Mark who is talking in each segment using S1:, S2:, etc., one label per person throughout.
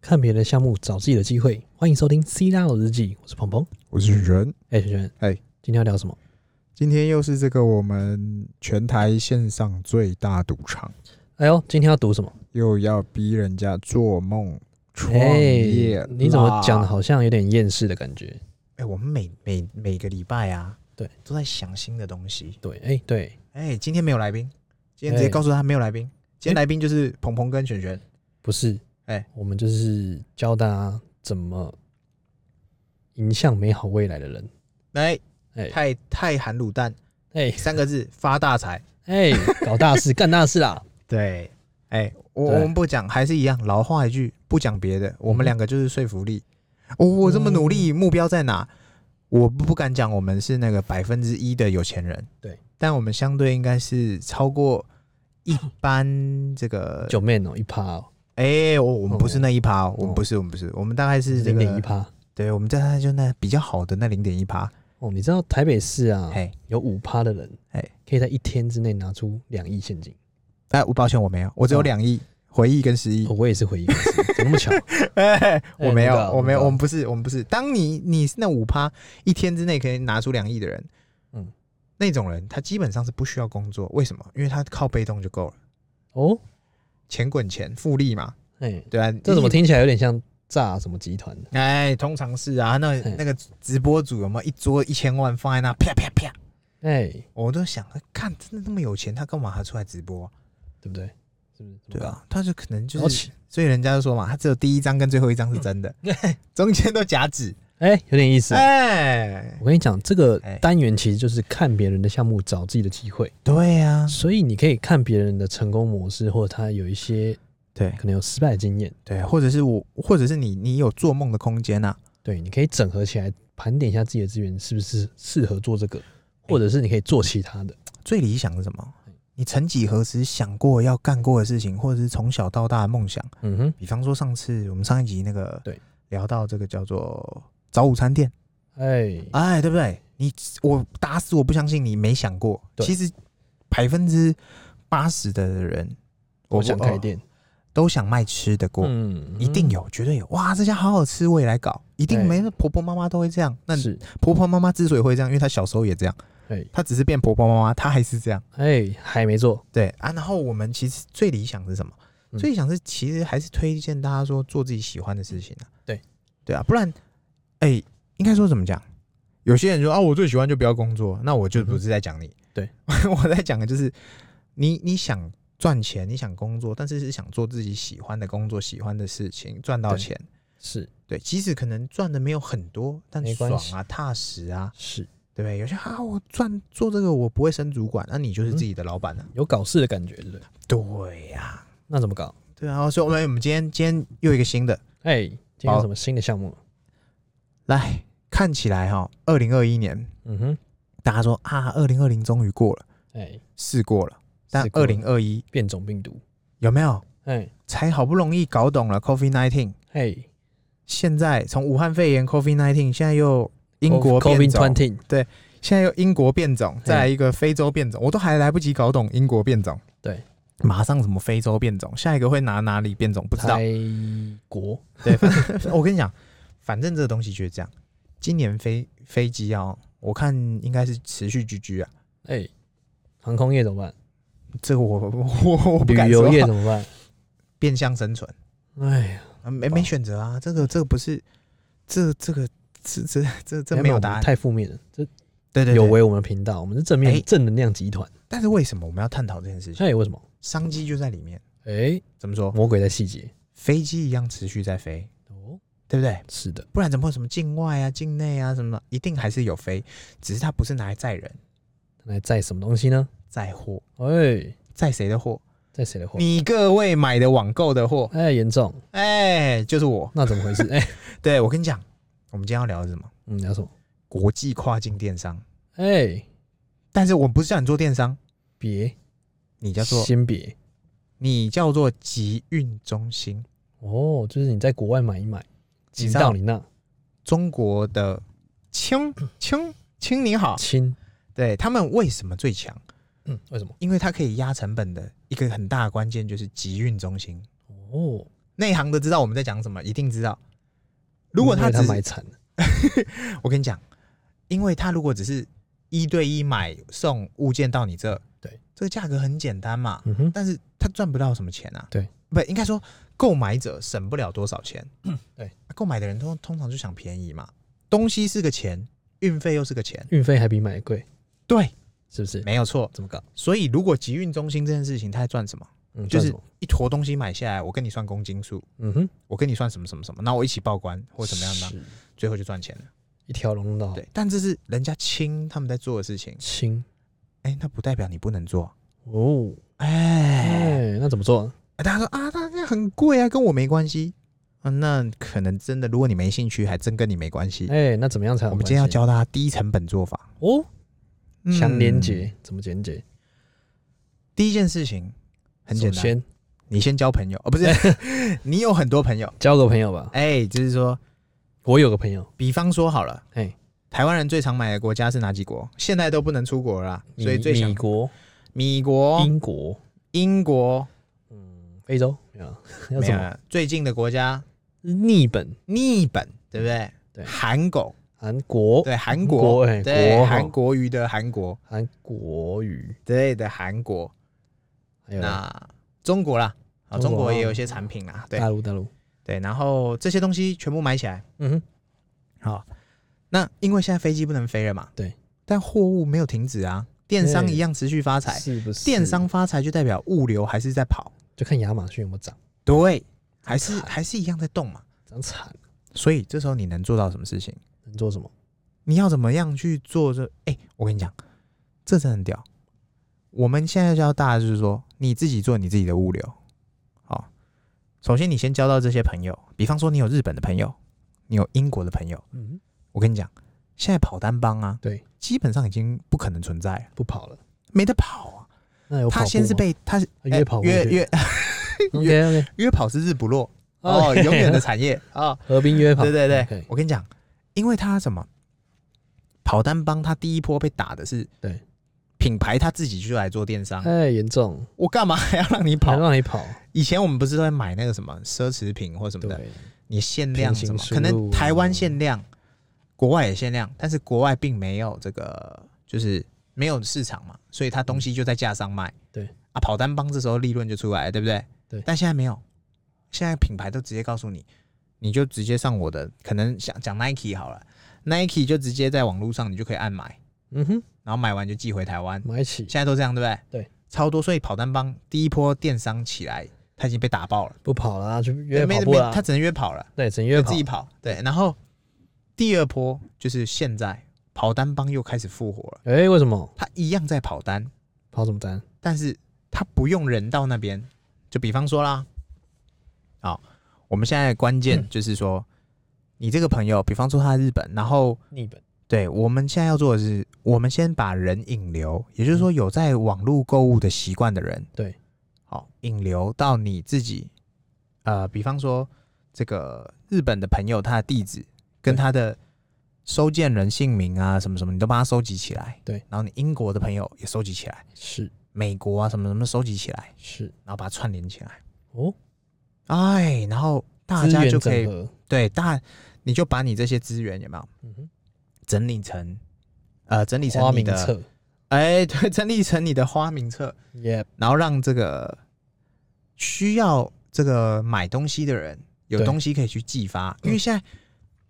S1: 看别人的项目，找自己的机会。欢迎收听《C 大佬日记》，我是鹏鹏。
S2: 我是许仁。
S1: 哎、轩轩，
S2: 哎
S1: 今天要聊什么？
S2: 今天又是这个我们全台线上最大赌场，
S1: 哎呦，今天要读什么？
S2: 又要逼人家做梦创业啦、
S1: 哎，你怎么讲的好像有点厌世的感觉？
S3: 哎、我们每每每个礼拜啊，
S1: 对，
S3: 都在想新的东西。
S1: 对，哎、对，
S3: 哎、今天没有来宾，今天直
S1: 哎
S3: 接告诉他没有来宾。今天来宾就是鹏鹏跟璇璇。
S1: 不是，
S3: 哎
S1: 我们就是教大家怎么迎向美好未来的人。
S3: 来，
S1: 哎
S3: 太太含卤蛋
S1: 哎、
S3: 三个字，发大财。
S1: 哎、搞大 事，干大事啦！
S3: 对，哎、我
S1: 对
S3: 我们不讲，还是一样老话一句，不讲别的，我
S1: 嗯
S3: 们两个就是说服力。我、我这么努力，目标在哪？我不不敢讲我们是那个百分之一的有钱人，
S1: 对，
S3: 但我们相对应该是超过 一般这个
S1: 九妹哦，一趴哦，
S3: 哎、我我们不是那一趴、哦，我们不是，我们不是，我们大概是这
S1: 零
S3: 个
S1: 点一，趴。
S3: 对，我们大概就那比较好的那零点一趴，
S1: 哦，你知道台北市啊，
S3: 嘿，
S1: 有五趴的人，哎
S3: 哎，
S1: 可以在一天之内拿出两亿现金。
S3: 哎，我抱歉我没有，我只有
S1: 哦
S3: 两亿、回忆跟失忆
S1: 哦，我也是回忆公司，怎么那么巧？
S3: 哎、我没有，
S1: 那个
S3: 我
S1: 那
S3: 没有，
S1: 个
S3: 我们不是，我们不是，当你你是那五趴一天之内可以拿出两亿的人，
S1: 嗯
S3: 嗯，那种人他基本上是不需要工作，为什么？因为他靠被动就够了，
S1: 哦，
S3: 钱滚钱，复利嘛，
S1: 哎、
S3: 对啊，
S1: 这怎么
S3: 你？
S1: 听起来有点像诈什么集团的？
S3: 哎，通常是啊，那
S1: 嗯
S3: 那个直播主有没有一桌一千万放在那啪啪啪？
S1: 哎、
S3: 我都想，看真的那么有钱，他干嘛还出来直播啊、
S1: 对不对？是不是？
S3: 对啊，他就可能
S1: 怎么搞，然后
S3: 就是，
S1: 起
S3: 所以人家就说嘛，他只有第一张跟最后一张是真的， 中间都假纸。
S1: 哎、有点意思、啊。
S3: 哎，
S1: 我跟你讲，这个
S3: 哎
S1: 单元其实就是看别人的项目，找自己的机会。
S3: 对呀、啊，
S1: 所以你可以看别人的成功模式，或者他有一些
S3: 对
S1: 可能有失败的经验，
S3: 对，或者是我，或者是你，你有做梦的空间呐、啊。
S1: 对，你可以整合起来，盘点一下自己的资源是不是适合做这个，或者是你可以做其他的。
S3: 最理想是什么？你曾几何时想过要干过的事情，或者是从小到大的梦想？
S1: 嗯哼，
S3: 比方说上次我们上一集那个
S1: 对
S3: 聊到这个叫做早午餐店。
S1: 哎、
S3: 哎，对不对？你我打死我不相信你没想过。
S1: 对
S3: 其实百分之八十的人，
S1: 我想开
S3: 哦
S1: 店，
S3: 都想卖吃的过，
S1: 嗯
S3: 一定，有，绝对有。哇，这家好好吃，我也来搞。一定
S1: 对
S3: 没，婆婆妈妈都会这样。那
S1: 是，
S3: 婆婆妈妈之所以会这样，因为她小时候也这样，
S1: 哎
S3: 她只是变婆婆妈妈，她还是这样。
S1: 哎、还没做，
S3: 对啊，然后我们其实最理想是什么？
S1: 嗯
S3: 最理想是其实还是推荐大家说做自己喜欢的事情啊。
S1: 对，
S3: 对啊，不然，哎、应该说怎么讲？有些人说啊，我最喜欢就不要工作，那我就不是在讲你，
S1: 嗯对
S3: 我在讲的就是你你想赚钱，你想工作，但是是想做自己喜欢的工作、喜欢的事情，赚到
S1: 对
S3: 钱。
S1: 是
S3: 对，即使可能赚的没有很多，但
S1: 没关
S3: 爽
S1: 系
S3: 啊、踏实啊，
S1: 是，
S3: 对不对？有些啊，我赚做这个我不会升主管，那、你就是自己的老板啊。
S1: 有搞事的感觉，对不对？
S3: 对呀、
S1: 那怎么搞？
S3: 对啊，所以我们我们今天今天又有一个新的，
S1: 哎、今天有
S3: 好
S1: 什么新的项目？
S3: 来看起来哈、二零二一年
S1: 嗯哼，
S3: 大家说啊，二零二零终于过了，
S1: 哎、
S3: 是过了，但
S1: 是过
S3: 二
S1: 了
S3: 零二一
S1: 变种病毒，
S3: 有没有？
S1: 哎、
S3: 才好不容易搞懂了 COVID nineteen，
S1: 哎、
S3: 现在从武汉肺炎 COVID nineteen，现在又英国
S1: COVID
S3: 变种，
S1: twenty，
S3: 现在又英国变种，再来一个非洲变种，我都还来不及搞懂英国变种，
S1: 对，
S3: 马上什么非洲变种，下一个会拿哪里变种不知道。
S1: 泰国，
S3: 对，反正我跟你讲，反正这个东西就是这样。今年飞飞机啊、我看应该是持续居居啊。
S1: 哎、航空业怎么办？
S3: 这个我我我不敢
S1: 旅
S3: 说
S1: 游业怎么办？
S3: 变相生存，
S1: 哎呀，
S3: 啊没没选择啊。这个这个不是，这这个这这这这
S1: 要不然我
S3: 没有
S1: 们
S3: 答案。
S1: 太负面了，这
S3: 对对
S1: 有
S3: 对。
S1: 违我们的频道，我们是正面
S3: 哎
S1: 正能量集团。
S3: 但是为什么我们要探讨这件事情？
S1: 哎、为什么？
S3: 商机就在里面。
S1: 哎、
S3: 怎么说？
S1: 魔鬼在细节。
S3: 飞机一样持续在飞，
S1: 哦，
S3: 对不对？
S1: 是的，
S3: 不然怎么会有什么境外啊、境内啊什么的？一定还是有飞，只是它不是拿来载人、
S1: 那在什么东西呢？
S3: 载货、
S1: 哎、
S3: 载谁的货？
S1: 在谁的货？
S3: 你各位买的网购的货，
S1: 哎，严重，
S3: 哎、就是我。
S1: 那怎么回事？ 哎、
S3: 对我跟你讲，我们今天要聊的是什么？
S1: 嗯，聊什么？
S3: 国际跨境电商。
S1: 哎、
S3: 但是我不是叫你做电商，
S1: 别，
S3: 你叫做
S1: 先别。
S3: 你叫做集运中心。
S1: 哦，就是你在国外买一买，紧到你那
S3: 中国的 青青青你好，
S1: 亲，
S3: 对他们为什么最强？
S1: 嗯，为什么？
S3: 因为它可以压成本的一个很大的关键就是集运中心。
S1: 哦，
S3: 内行的知道我们在讲什么，一定知道。如果他
S1: 因为嗯
S3: 只
S1: 他
S3: 是
S1: 买惨了，
S3: 我跟你讲，因为他如果只是一对一买送物件到你这，
S1: 对，
S3: 这个价格很简单嘛，
S1: 嗯哼，
S3: 但是他赚不到什么钱啊。
S1: 对，
S3: 不应该说购买者省不了多少钱。啊
S1: 对，
S3: 购买的人通通常就想便宜嘛，东西是个钱，运费又是个钱，
S1: 运费还比买的贵，
S3: 对，
S1: 是不是？
S3: 没有错。
S1: 怎么搞？
S3: 所以如果集运中心这件事情，他在赚什么？
S1: 嗯，
S3: 就
S1: 算
S3: 是
S1: 什么
S3: 一坨东西买下来，我跟你算公斤数，
S1: 嗯哼，
S3: 我跟你算什么什么什么，那我一起报关或怎么样呢？
S1: 是
S3: 最后就赚钱了。
S1: 一条龙弄到
S3: 对，但这是人家亲他们在做的事情，
S1: 亲
S3: 哎、那不代表你不能做。
S1: 哦，
S3: 哎、
S1: 哎，那怎么做？
S3: 大家说啊，那那很贵啊，跟我没关系。啊，那可能真的，如果你没兴趣，还真跟你没关系。
S1: 哎，那怎么样才有
S3: 我
S1: 关系？
S3: 们今天要教大家低成本做法，
S1: 哦，
S3: 嗯
S1: 强连结怎么连结？
S3: 第一件事情很简
S1: 首
S3: 单，
S1: 先
S3: 你先交朋友 哦，不是，你有很多朋友，
S1: 交个朋友吧。
S3: 哎、就是说，
S1: 我有个朋友，
S3: 比方说好了，
S1: 哎，
S3: 台湾人最常买的国家是哪几国？现在都不能出国了啦，所以
S1: 米
S3: 最想
S1: 米国、
S3: 米国、
S1: 英国、
S3: 英国，
S1: 嗯，非洲没有啊， 要
S3: 没
S1: 什
S3: 有
S1: 么
S3: 了最近的国家
S1: 日本、
S3: 日本，对不对？
S1: 对
S3: 韩国，
S1: 韩国、
S3: 对韩国，
S1: 哎，
S3: 对
S1: 哦国
S3: 韩国瑜的韩国，
S1: 韩国语，
S3: 对的韩国。
S1: 还有
S3: 那中国啦，啊，
S1: 中
S3: 中
S1: 国啊
S3: 国也有一些产品啦，对
S1: 大陆大陆，
S3: 对，然后这些东西全部买起来，
S1: 嗯哼，
S3: 好，那因为现在飞机不能飞了嘛，
S1: 对，
S3: 但货物没有停止啊，电商
S1: 对
S3: 一样持续发财，
S1: 是不是？
S3: 电商发财就代表物流还是在跑，
S1: 就看亚马逊有没有涨，
S3: 对，还是
S1: 惨
S3: 还是一样在动嘛，
S1: 涨惨了
S3: 所以这时候你能做到什么事情？
S1: 能做什么？
S3: 你要怎么样去做这？哎、我跟你讲，这真的很屌。我们现在教大家就是说，你自己做你自己的物流。好，首先你先交到这些朋友，比方说你有日本的朋友，你有英国的朋友。
S1: 嗯，
S3: 我跟你讲，现在跑单帮啊，
S1: 对，
S3: 基本上已经不可能存在了，
S1: 不跑了，
S3: 没得跑啊。
S1: 那有跑
S3: 他先
S1: 步
S3: 是
S1: 吗
S3: 被他是
S1: 啊约跑
S3: 哎
S1: 过
S3: 约
S1: 去
S3: 约
S1: OK OK
S3: 约跑是日不落哦， 永远的产业啊。哦
S1: 河滨约跑，
S3: 对对对
S1: OK，
S3: 我跟你讲，因为他什么跑单帮他第一波被打的是
S1: 对
S3: 品牌，他自己就来做电商，
S1: 太哎严重，
S3: 我干嘛还要让你
S1: 还
S3: 跑？
S1: 让你跑，
S3: 以前我们不是都在买那个什么奢侈品或什么的，
S1: 对，
S3: 你限量什
S1: 平
S3: 么
S1: 行，输
S3: 可能
S1: 入啊
S3: 台湾限量，国外也限量，但是国外并没有这个，就是没有市场嘛，所以它东西就在架上卖。
S1: 对
S3: 啊，跑单帮这时候利润就出来了，对不对？
S1: 对
S3: 但现在没有，现在品牌都直接告诉你，你就直接上我的，可能想讲 Nike 好了，Nike 就直接在网络上你就可以按买，
S1: 嗯哼，
S3: 然后买完就寄回台湾，
S1: 买起
S3: 现在都这样，对不对？
S1: 对，
S3: 超多，所以跑单帮第一波电商起来，它已经被打爆了，
S1: 不跑啦，就约
S3: 哎没
S1: 跑步啊
S3: 没
S1: 啦，
S3: 它只能约跑了。
S1: 对，整约
S3: 就
S1: 跑
S3: 自己跑。对，然后第二波就是现在跑单帮又开始复活了，
S1: 哎、为什么
S3: 他一样在跑单，
S1: 跑什么单？
S3: 但是他不用人到那边。就比方说啦，好，我们现在的关键就是说，你这个朋友，比方说他在日本，然后
S1: 逆本。
S3: 对我们现在要做的是，我们先把人引流，也就是说有在网络购物的习惯的人，
S1: 嗯对，
S3: 好引流到你自己，呃，比方说这个日本的朋友他的地址跟
S1: 对
S3: 他的收件人姓名啊什么什么，你都帮他收集起来，
S1: 对，
S3: 然后你英国的朋友也收集起来，
S1: 是
S3: 美国啊什么什么收集起来，
S1: 是
S3: 然后把它串联起来，
S1: 哦，
S3: 哎，然后大
S1: 资
S3: 家
S1: 源
S3: 就
S1: 整
S3: 可以
S1: 合，
S3: 对大，你就把你这些资源有没有
S1: 嗯哼，
S3: 整理成。呃，整理成
S1: 花
S3: 你
S1: 名
S3: 的
S1: 册
S3: 哎， 对，整理成你的花名册，
S1: ，Yep，
S3: 然后让这个需要这个买东西的人有
S1: 对嗯
S3: 东西可以去寄发，因为现在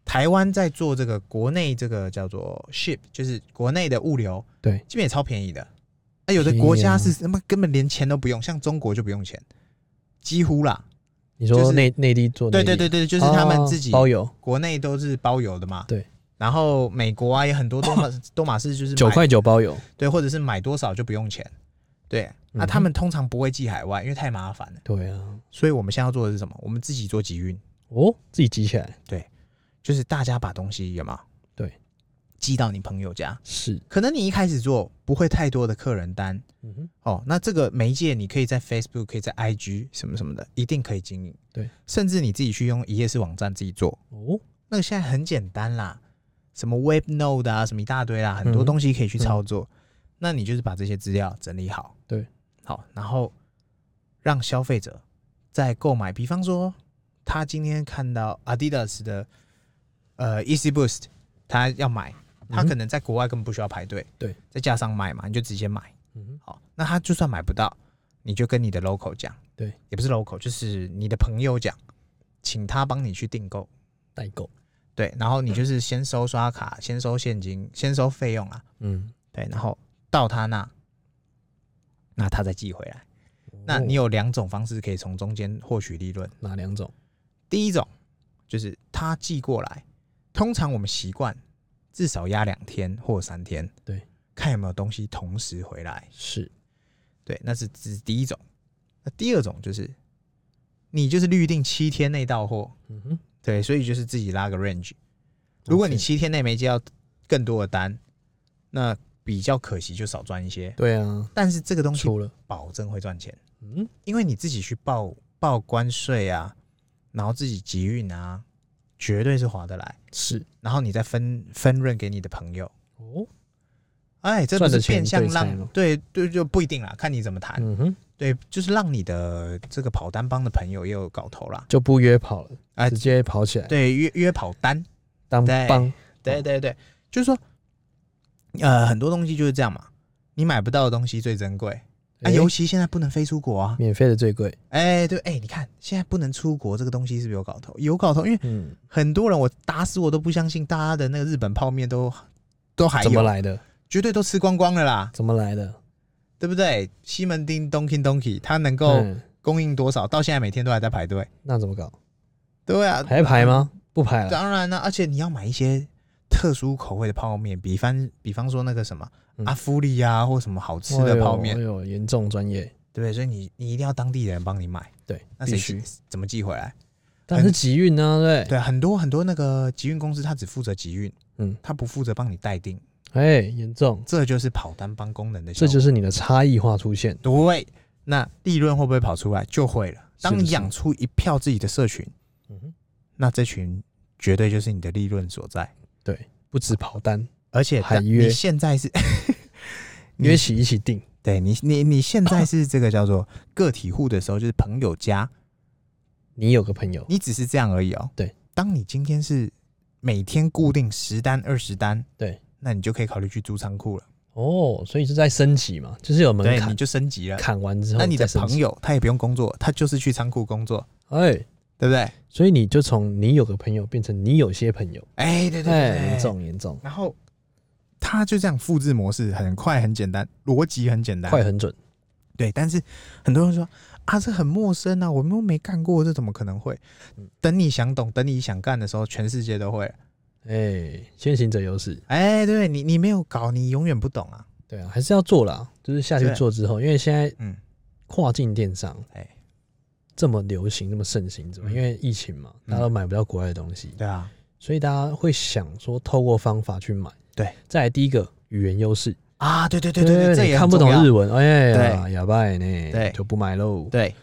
S3: 台湾在做这个国内这个叫做 ship，就是国内的物流，
S1: 对
S3: 基本也超便宜的。那有的
S1: 便宜啊
S3: 国家是他妈根本连钱都不用，像中国就不用钱，几乎啦。
S1: 你
S3: 就
S1: 说
S3: 是
S1: 内内、地做内地，
S3: 对对对对，就是他们
S1: 哦
S3: 自己
S1: 包邮，
S3: 国内都是包邮的嘛。
S1: 对。
S3: 然后美国啊也 很多多马多马士就是买
S1: 九块九包邮，
S3: 对，或者是买多少就不用钱，对。那、
S1: 嗯哼
S3: 他们通常不会寄海外，因为太麻烦了。
S1: 对啊，
S3: 所以我们现在要做的是什么？我们自己做集运，
S1: 哦，自己集起来，
S3: 就是大家把东西有吗？
S1: 对，
S3: 寄到你朋友家。
S1: 是，
S3: 可能你一开始做不会太多的客人单
S1: 嗯哼，
S3: 哦，那这个媒介你可以在 Facebook，可以在 IG 什么什么的，一定可以经营。
S1: 对，
S3: 甚至你自己去用一页式网站自己做，
S1: 哦，
S3: 那个现在很简单啦，什么 Web Node 啊，什么一大堆啦，很多
S1: 嗯
S3: 东西可以去操作。那你就是把这些资料整理好，
S1: 对，
S3: 好，然后让消费者在购买，比方说他今天看到 Adidas 的呃 Easy Boost，他要买，他
S1: 嗯哼
S3: 可能在国外根本不需要排队，
S1: 对，
S3: 再加上买嘛，你就直接买。
S1: 嗯哼，
S3: 好，那他就算买不到，你就跟你的 local 讲，
S1: 对，
S3: 也不是 local，就是你的朋友讲，请他帮你去订购。
S1: 代购，
S3: 对，然
S1: 嗯
S3: 后你就是先收刷卡，先收现金，先收费用啊，
S1: 嗯，
S3: 对，然后到他那，那他再寄回来。那
S1: 哦
S3: 你有两种方式可以从中间获取利润。
S1: 哪两种？
S3: 第一种就是他寄过来，通常我们习惯至少压两天或三天，
S1: 对，
S3: 看有没有东西同时回来。
S1: 是，
S3: 对，那是只是第一种。那第二种就是你就是预定七天内到货，
S1: 嗯哼，
S3: 对，所以就是自己拉个 range。如果你
S1: OK
S3: 七天内没接到更多的单，那比较可惜，就少赚一些。
S1: 对啊，
S3: 但是这个东西
S1: 错了，
S3: 保证会赚钱，
S1: 嗯，
S3: 因为你自己去报报关税啊，然后自己集运啊，绝对是划得来。
S1: 是，
S3: 然后你再分分润给你的朋友，
S1: 哦，
S3: 哎，这不
S1: 赚
S3: 是
S1: 的钱
S3: 变相
S1: 对菜
S3: 让
S1: 吗
S3: 对对就不一定啦，看你怎么谈。
S1: 嗯哼，
S3: 对，就是让你的这个跑单帮的朋友也有搞头啦。
S1: 就不约跑了，
S3: 哎
S1: 直接跑起来，
S3: 对，约约跑单，
S1: 当
S3: 对
S1: 帮，
S3: 对对对，就是说，呃，很多东西就是这样嘛，你买不到的东西最珍贵。啊，
S1: 哎
S3: 尤其现在不能飞出国啊！
S1: 免费的最贵，
S3: 哎、对，哎、你看现在不能出国，这个东西是不是有搞头？有搞头，因为
S1: 嗯，
S3: 很多人我打死我都不相信，大家的那个日本泡面都都还
S1: 怎么
S3: 有，
S1: 来的？
S3: 绝对都吃光光了啦，
S1: 怎么来的？
S3: 对不对？西门町 Donkey Donkey 它能够
S1: 嗯，
S3: 供应多少？到现在每天都还在排队，
S1: 那怎么搞？
S3: 对啊，
S1: 还排吗？不排了，
S3: 当然啦、而且你要买一些特殊口味的泡面，比方比方说那个什么、
S1: 嗯
S3: 阿芙利啊，或什么好吃的泡面，
S1: 哎呦，哎呦严重专业，
S3: 对不对？所以你你一定要当地人帮你买，
S1: 对，
S3: 那
S1: 必
S3: 谁
S1: 须
S3: 寄，怎么寄回来？
S1: 但是集运呢，对不
S3: 对，啊很多很多那个集运公司，它只负责集运，
S1: 嗯，
S3: 它不负责帮你代订，
S1: 对，哎，严重，
S3: 这就是跑单帮功能的效
S1: 这
S3: 果，
S1: 就是你的差异化出现，
S3: 对。那利润会不会跑出来？就会了。当
S1: 是
S3: 你
S1: 不是
S3: 养出一票自己的社群，
S1: 嗯哼，
S3: 那这群绝对就是你的利润所在。
S1: 对，不止跑单，
S3: 而且
S1: 还
S3: 当
S1: 约
S3: 你现在是你
S1: 约起一起定，
S3: 对你，你你 现在是这个叫做个体户的时候，就是朋友家，
S1: 你有个朋友，
S3: 你只是这样而已哦。
S1: 对，
S3: 当你今天是每天固定十单、二十单，
S1: 对，
S3: 那你就可以考虑去租仓库了。
S1: 哦，所以是在升级嘛，就是有门
S3: 对，你
S1: 槛，
S3: 就升级了。
S1: 砍完之后，
S3: 那你的
S1: 再升
S3: 朋
S1: 级，
S3: 友他也不用工作，他就是去仓库工作，
S1: 哎，
S3: 对不对？
S1: 所以你就从你有个朋友变成你有些朋友，
S3: 哎，对对对
S1: 哎，
S3: 对
S1: 严。重严重，
S3: 然后他就这样复制模式，很快很简单，逻辑很简单。
S1: 快很准，
S3: 对，但是很多人说啊，这很陌生啊，我们又没干过，这怎么可能会
S1: 嗯？
S3: 等你想懂，等你想干的时候，全世界都会了。
S1: 哎，先行者优势，
S3: 哎，对你，你没有搞，你永远不懂啊。
S1: 对啊，还是要做啦，就是下去
S3: 对
S1: 做之后，因为现在
S3: 嗯，
S1: 跨境电商，
S3: 哎，
S1: 这么流行、那么盛行之外，
S3: 嗯
S1: 因为疫情嘛，大家都买不到国外的东西，
S3: 对啊，
S1: 所以大家会想说透过方法去买。
S3: 对，
S1: 再来第一个语言优势，
S3: 啊，对对对对对，这
S1: 你
S3: 也
S1: 看不懂日
S3: 文，
S1: 文，哎呀，哑巴呢，
S3: 对
S1: 就不买喽。
S3: 对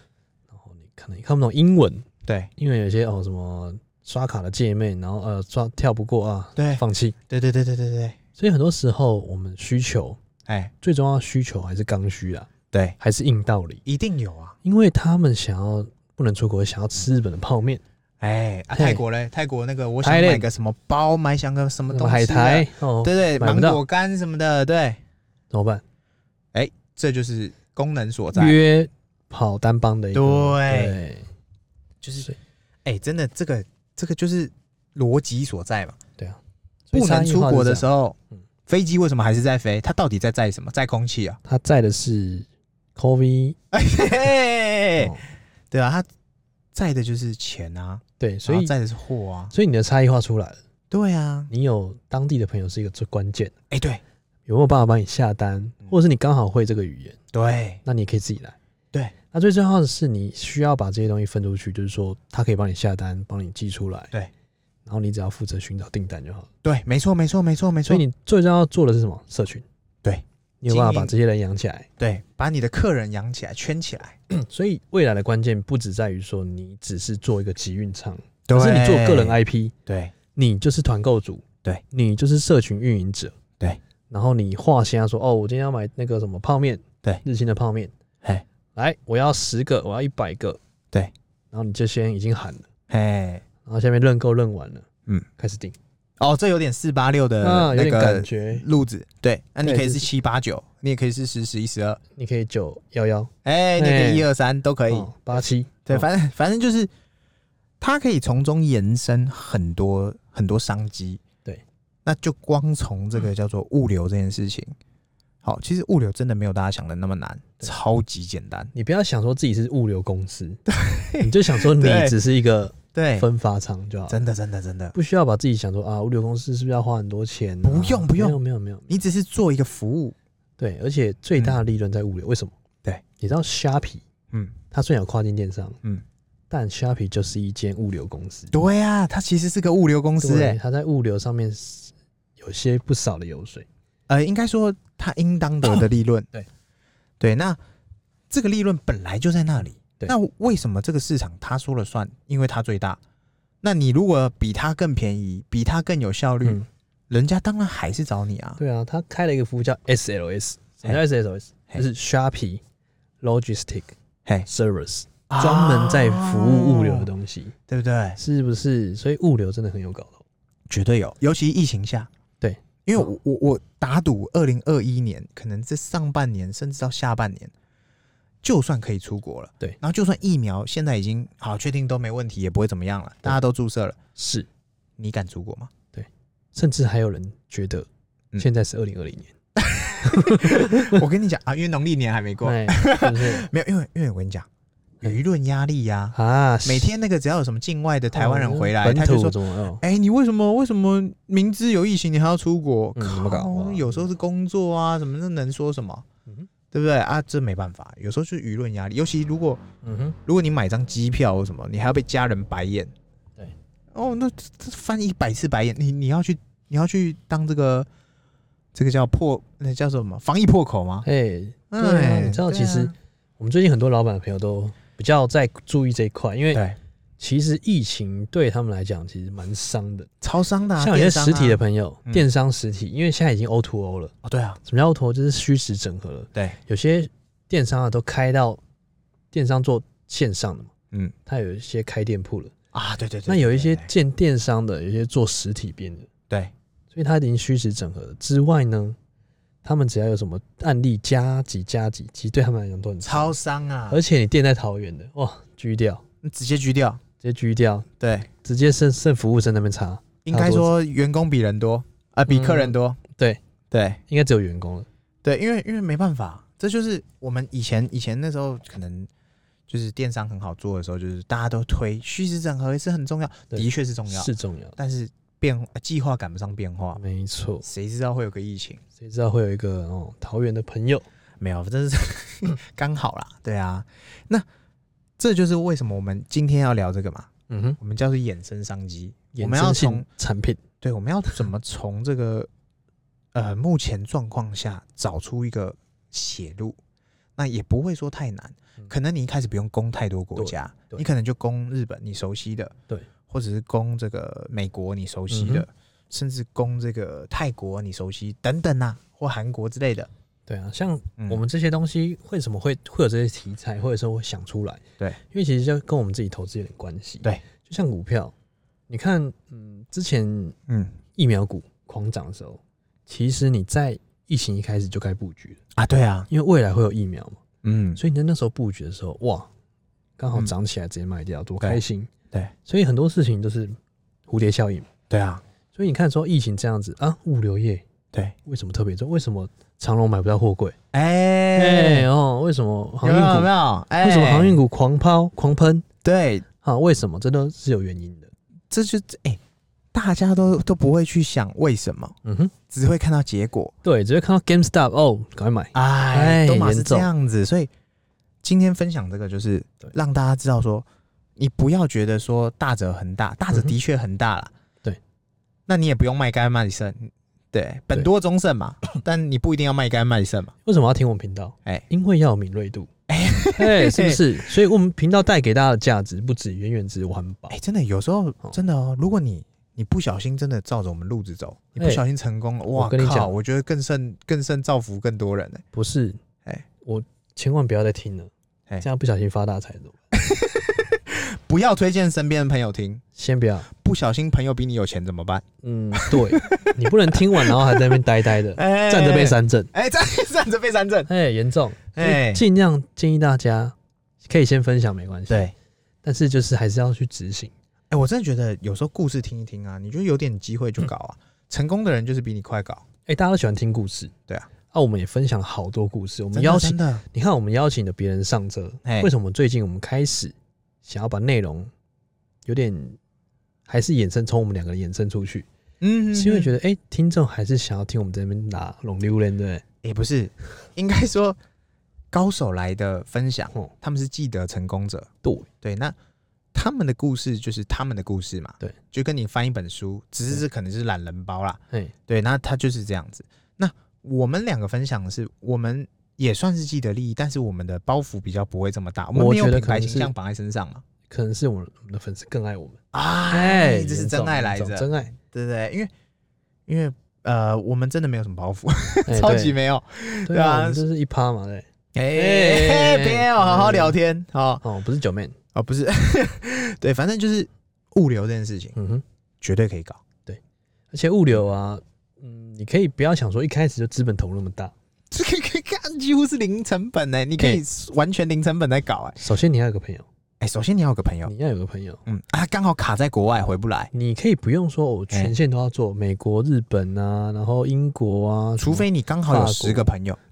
S1: 然后你可能也看不懂英文，
S3: 对
S1: 因为有些哦什么刷卡的界面，然后呃刷跳不过啊，
S3: 对
S1: 放弃。
S3: 对对对对对对，
S1: 所以很多时候我们需求
S3: 哎，
S1: 最重要的需求还是刚需啊，
S3: 对，
S1: 还是硬道理，
S3: 一定有啊。
S1: 因为他们想要不能出国，想要吃日本的泡面、
S3: 哎，啊，
S1: 嘿
S3: 泰国嘞，泰国那个，我想
S1: Thailand
S3: 买个什么包，买想个什么
S1: 什
S3: 东
S1: 么
S3: 西，啊
S1: 海苔，哦，
S3: 对对，
S1: 买
S3: 芒
S1: 不到
S3: 果干什么的，对，
S1: 怎么办？
S3: 这就是功能所在。
S1: 约跑单帮的一个，
S3: 对就是
S1: 是
S3: 哎，真的，这个这个就是逻辑所在嘛。
S1: 对，
S3: 不能出国的时
S1: 候，
S3: 候
S1: 嗯，
S3: 飞机为什么还是在飞？它到底在载什么？载空气 啊？
S1: 他在的是 COVID，
S3: 嘿嘿嘿
S1: 哦
S3: 对啊，它载的就是钱啊，
S1: 对，所
S3: 然后
S1: 以
S3: 载的是货啊。
S1: 所以你的差异化出来了，
S3: 对啊，
S1: 你有当地的朋友是一个最关键的，
S3: 哎，对
S1: 有没有办法帮你下单，
S3: 嗯
S1: 或者是你刚好会这个语言，
S3: 对
S1: 那你也可以自己来。
S3: 对，
S1: 那最重要的是你需要把这些东西分出去，就是说他可以帮你下单，帮你寄出来，
S3: 对，
S1: 然后你只要负责寻找订单就好了。
S3: 对，没错，没错，没错，没
S1: 所
S3: 错
S1: 以。你最重要做的是什么？社群。
S3: 对，
S1: 你有办法
S3: 经
S1: 把
S3: 营
S1: 这些人养起来。
S3: 对，把你的客人养起来，圈起来。
S1: 所以未来的关键不只在于说你只是做一个集运仓，
S3: 对
S1: 可是你做个人 IP，
S3: 对
S1: 你就是团购主，
S3: 对
S1: 你就是社群运营者，
S3: 对。
S1: 然后你画虾说，哦，我今天要买那个什么泡面，
S3: 对
S1: 日清的泡面，
S3: 嘿，
S1: 来，我要十个，我要一百个，
S3: 对。
S1: 然后你这些已经喊了，
S3: 嘿，
S1: 然后下面认购认完了，
S3: 嗯，
S1: 开始订，
S3: 哦，这有点四八六的
S1: 啊，有
S3: 那
S1: 点感
S3: 个
S1: 觉，
S3: 路子。对，那你
S1: 对
S3: 可以
S1: 是
S3: 是七八九，你也可以是十十一十二，
S1: 你可以九幺幺，
S3: 哎，你可
S1: 哎
S3: 以一二三都可以。
S1: 哦八七，
S3: 对，
S1: 哦
S3: 反正反正就是，它可以从中延伸很多很多商机。
S1: 对，
S3: 那就光从这个叫做物流这件事情，好，其实物流真的没有大家想的那么难，
S1: 对
S3: 超级简单。
S1: 你不要想说自己是物流公司，你就想说你
S3: 对
S1: 只是一个
S3: 对，
S1: 分发仓就好了。
S3: 真的真的真的，
S1: 不需要把自己想说啊，物流公司是不是要花很多钱、啊
S3: 不用不用
S1: 没有没有没有，
S3: 你只是做一个服务。
S1: 对，而且最大的利润在物流，为什么？
S3: 嗯对，
S1: 你知道虾皮，
S3: 嗯，
S1: 它虽然有跨境电商，
S3: 嗯，
S1: 但虾皮就是一间物流公司，
S3: 对呀、它其实是个物流公司
S1: 对
S3: 哎、
S1: 它在物流上面是有些不少的油水，。
S3: 呃，应该说它应当得的利润
S1: 对
S3: 对，那这个利润本来就在那里。
S1: 对
S3: 那为什么这个市场他说了算？因为它最大。那你如果比它更便宜，比它更有效率，
S1: 嗯，
S3: 人家当然还是找你啊。
S1: 对啊，它开了一个服务叫 SLS，什么叫 SLS？
S3: 嘿
S1: 就是虾皮 Logistic
S3: 嘿，
S1: Service，专
S3: 啊
S1: 门在服务物流的
S3: 哦
S1: 东西，
S3: 对不对？
S1: 是不是？所以物流真的很有搞头，
S3: 绝对有，尤其疫情下。
S1: 对，嗯
S3: 因为我我我打赌，二零二一年可能这上半年甚至到下半年，就算可以出国了，
S1: 对
S3: 然后就算疫苗现在已经好确定都没问题，也不会怎么样了，大家都注射了，
S1: 是。
S3: 你敢出国 吗？
S1: 甚至还有人觉得
S3: 嗯
S1: 现在是二零二零年，
S3: 我跟你讲啊，因为农历年还没过，
S1: 哎是不是
S3: 没有，因为因为我跟你讲，舆论压力呀、
S1: 啊？
S3: 每天那个只要有什么境外的台湾人回来，
S1: 哦本
S3: 他就
S1: 土哦
S3: 说。
S1: 怎么样？
S3: 哎、你为什么为什么明知有疫情你还要出国？
S1: 嗯怎么搞
S3: 靠
S1: 啊
S3: 有时候是工作啊，什么那能说什么？
S1: 嗯
S3: 对不对啊？这没办法，有时候就是舆论压力，尤其如果
S1: 嗯哼，
S3: 如果你买张机票或什么，你还要被家人白眼。
S1: 对，
S3: 哦，那这这翻一百次白眼，你你要去你要去当这个这个叫破那叫什么防疫破口吗？
S1: 哎，对啊你知道
S3: 对
S1: 其实
S3: 啊
S1: 我们最近很多老板朋友都比较在注意这一块，因为
S3: 对
S1: 其实疫情对他们来讲其实蛮伤的。
S3: 超商的、啊，
S1: 像有些
S3: 电商啊
S1: 实体的朋友，
S3: 嗯
S1: 电商实体，因为现在已经 O to O 了，
S3: 哦，对啊，
S1: 什么叫 O to O？就是虚实整合了。
S3: 对，
S1: 有些电商啊都开到电商做线上的嘛，
S3: 嗯
S1: 它有一些开店铺了，
S3: 啊，对对对，
S1: 那有一些
S3: 对
S1: 建电商的，有一些做实体店的。
S3: 对
S1: 所以它已经虚实整合了。之外呢，他们只要有什么案例加几加几，其实对他们来讲都很
S3: 超。商啊，
S1: 而且你店在桃园的，哇，居掉，
S3: 直接拒掉，
S1: 直接居掉，
S3: 对，
S1: 直接剩剩服务生那边差，嗯
S3: 应该说员工比人多啊、比客人多，
S1: 对
S3: 对
S1: 应该只有员工了。
S3: 对，因为因为没办法，这就是我们以前以前那时候可能。就是电商很好做的时候，就是大家都推虚实整合也是很重要，
S1: 对
S3: 的确是重要，
S1: 是重要的，
S3: 但是变呃计划赶不上变化，
S1: 没错。
S3: 谁知道会有个疫情？
S1: 谁知道会有一个哦桃园的朋友，
S3: 没有，这是
S1: 嗯
S3: 刚好啦，对啊，那这就是为什么我们今天要聊这个嘛，
S1: 嗯哼，
S3: 我们叫做衍生商机，我
S1: 衍
S3: 们要
S1: 生
S3: 从
S1: 性产品，
S3: 对，我们要怎么从这个呃目前状况下找出一个血路？那也不会说太难，
S1: 嗯
S3: 可能你一开始不用攻太多国家，
S1: 对
S3: 你可能就攻日本你熟悉的，
S1: 对，
S3: 或者是攻这个美国你熟悉的，
S1: 嗯
S3: 甚至攻这个泰国你熟悉等等啊，或韩国之类的。
S1: 对啊，像
S3: 嗯
S1: 我们这些东西为什么会会有这些题材，或者说会想出来？
S3: 对，
S1: 因为其实就跟我们自己投资有点关系。
S3: 对，
S1: 就像股票，你看，嗯，之前
S3: 嗯
S1: 疫苗股狂涨的时候，其实你在疫情一开始就该布局了，
S3: 啊，对啊，
S1: 因为未来会有疫苗嘛，
S3: 嗯，
S1: 所以你在那时候布局的时候，哇，刚好涨起来直接卖掉，多开心！
S3: 嗯对对
S1: 所以很多事情都是蝴蝶效应嘛。
S3: 对啊，
S1: 所以你看，说疫情这样子啊，物流业
S3: 对，
S1: 为什么特别重？为什么长隆买不到货柜？哎、
S3: 哎、
S1: 哦，为什么航
S3: 有没
S1: 运
S3: 有有
S1: 股
S3: 没？有？哎、
S1: 为什么航运股狂抛狂喷
S3: 对
S1: 啊？为什么？这都是有原因的。
S3: 这就哎、大家都都不会去想为什么，
S1: 嗯哼，
S3: 只会看到结果。
S1: 对，只会看到 GameStop 哦，赶快买。
S3: 哎，
S1: 哎
S3: 都嘛是
S1: 严重
S3: 这样子，所以今天分享这个就是
S1: 对
S3: 让大家知道说，你不要觉得说大者恒大，大者
S1: 嗯哼
S3: 的确很大啦，那你也不用卖干卖肾，对，本多中胜嘛，但你不一定要卖干卖肾嘛，
S1: 为什么要听我们频道？
S3: 哎
S1: 因为要有敏锐度， 哎，是不是？所以我们频道带给大家的价值不止远远只有环保
S3: 哎、。真的有时候
S1: 哦
S3: 真的哦，如果你你不小心真的照着我们路子走，你不
S1: 哎
S3: 小心成功了，哇
S1: 跟你
S3: 靠！
S1: 讲
S3: 我觉得更胜更胜造福更多人呢、欸
S1: 不是，
S3: 哎
S1: 我千万不要再听了，
S3: 哎
S1: 这样不小心发大财怎么办？
S3: 不要推荐身边的朋友听，
S1: 先不要，
S3: 不小心朋友比你有钱怎么办？
S1: 嗯，对 你不能听完然后还在那边呆呆的，
S3: 哎
S1: 站着被，三振，
S3: 哎、站 站着被三振，
S1: 哎，严重，
S3: 哎、
S1: 尽量建议大家可以先分享没关系，
S3: 对，，哎、
S1: 但是就是还是要去执行，
S3: 我真的觉得有时候故事听一听啊，你就有点机会就搞
S1: 嗯
S3: 啊，成功的人就是比你快搞，
S1: 哎，大家都喜欢听故事，
S3: 对啊，
S1: 啊，我们也分享好多故事，我
S3: 我
S1: 们邀请
S3: 真的，
S1: 你看，我们邀请的别人上车，
S3: 哎
S1: 为什么最近我们开始想要把内容有点还是衍生从我们两个人衍生出去？
S3: 嗯
S1: 是因为觉
S3: 得
S1: 得哎、诶听众还是想要听我们这边打龙榴莲，对不对？
S3: 也、哎不是，应该说高手来的分享，
S1: 哦，
S3: 他们是既得成功者，
S1: 对
S3: 对，那他们的故事就是他们的故事嘛，
S1: 对，
S3: 就跟你翻一本书，只是这可能是懒人包啦，
S1: 哎，
S3: 对，那他就是这样子。那我们两个分享的是，我们也算是既得利益，但是我们的包袱比较不会这么大，我们
S1: 我
S3: 没有
S1: 觉得
S3: 品
S1: 可
S3: 牌
S1: 能
S3: 形
S1: 是
S3: 象绑在身上嘛，
S1: 可能是我们我们的粉丝更爱我们，
S3: 啊，
S1: 哎，
S3: 这是
S1: 严
S3: 真
S1: 重
S3: 爱来
S1: 严重
S3: 着，
S1: 真爱，
S3: 对不对？因为因为呃，我们真的没有什么包袱，
S1: 哎
S3: 超级
S1: 对
S3: 没有，
S1: 对
S3: 对啊
S1: 啊，我们就是一趴嘛，对，
S3: 哎
S1: 哎
S3: 哎，别哦，好好聊天，好
S1: 哦，不是九妹，
S3: 哦，不是， 对，反正就是物流这件事情
S1: 嗯哼，
S3: 绝对可以搞。
S1: 而且物流啊，嗯，你可以不要想说一开始就资本投入那么大，
S3: 这个可以看几乎是零成本欸呢、你可以完全零成本在搞哎、
S1: 首先你要有个朋友，
S3: 哎、首先你要有个朋友，
S1: 你要有个朋友。
S3: 嗯啊，刚好卡在国外回不来，
S1: 你可以不用说，我
S3: 哎
S1: 全线都要做，美国、日本啊，然后英国啊，
S3: 除非你刚好有十个朋友。
S1: 什么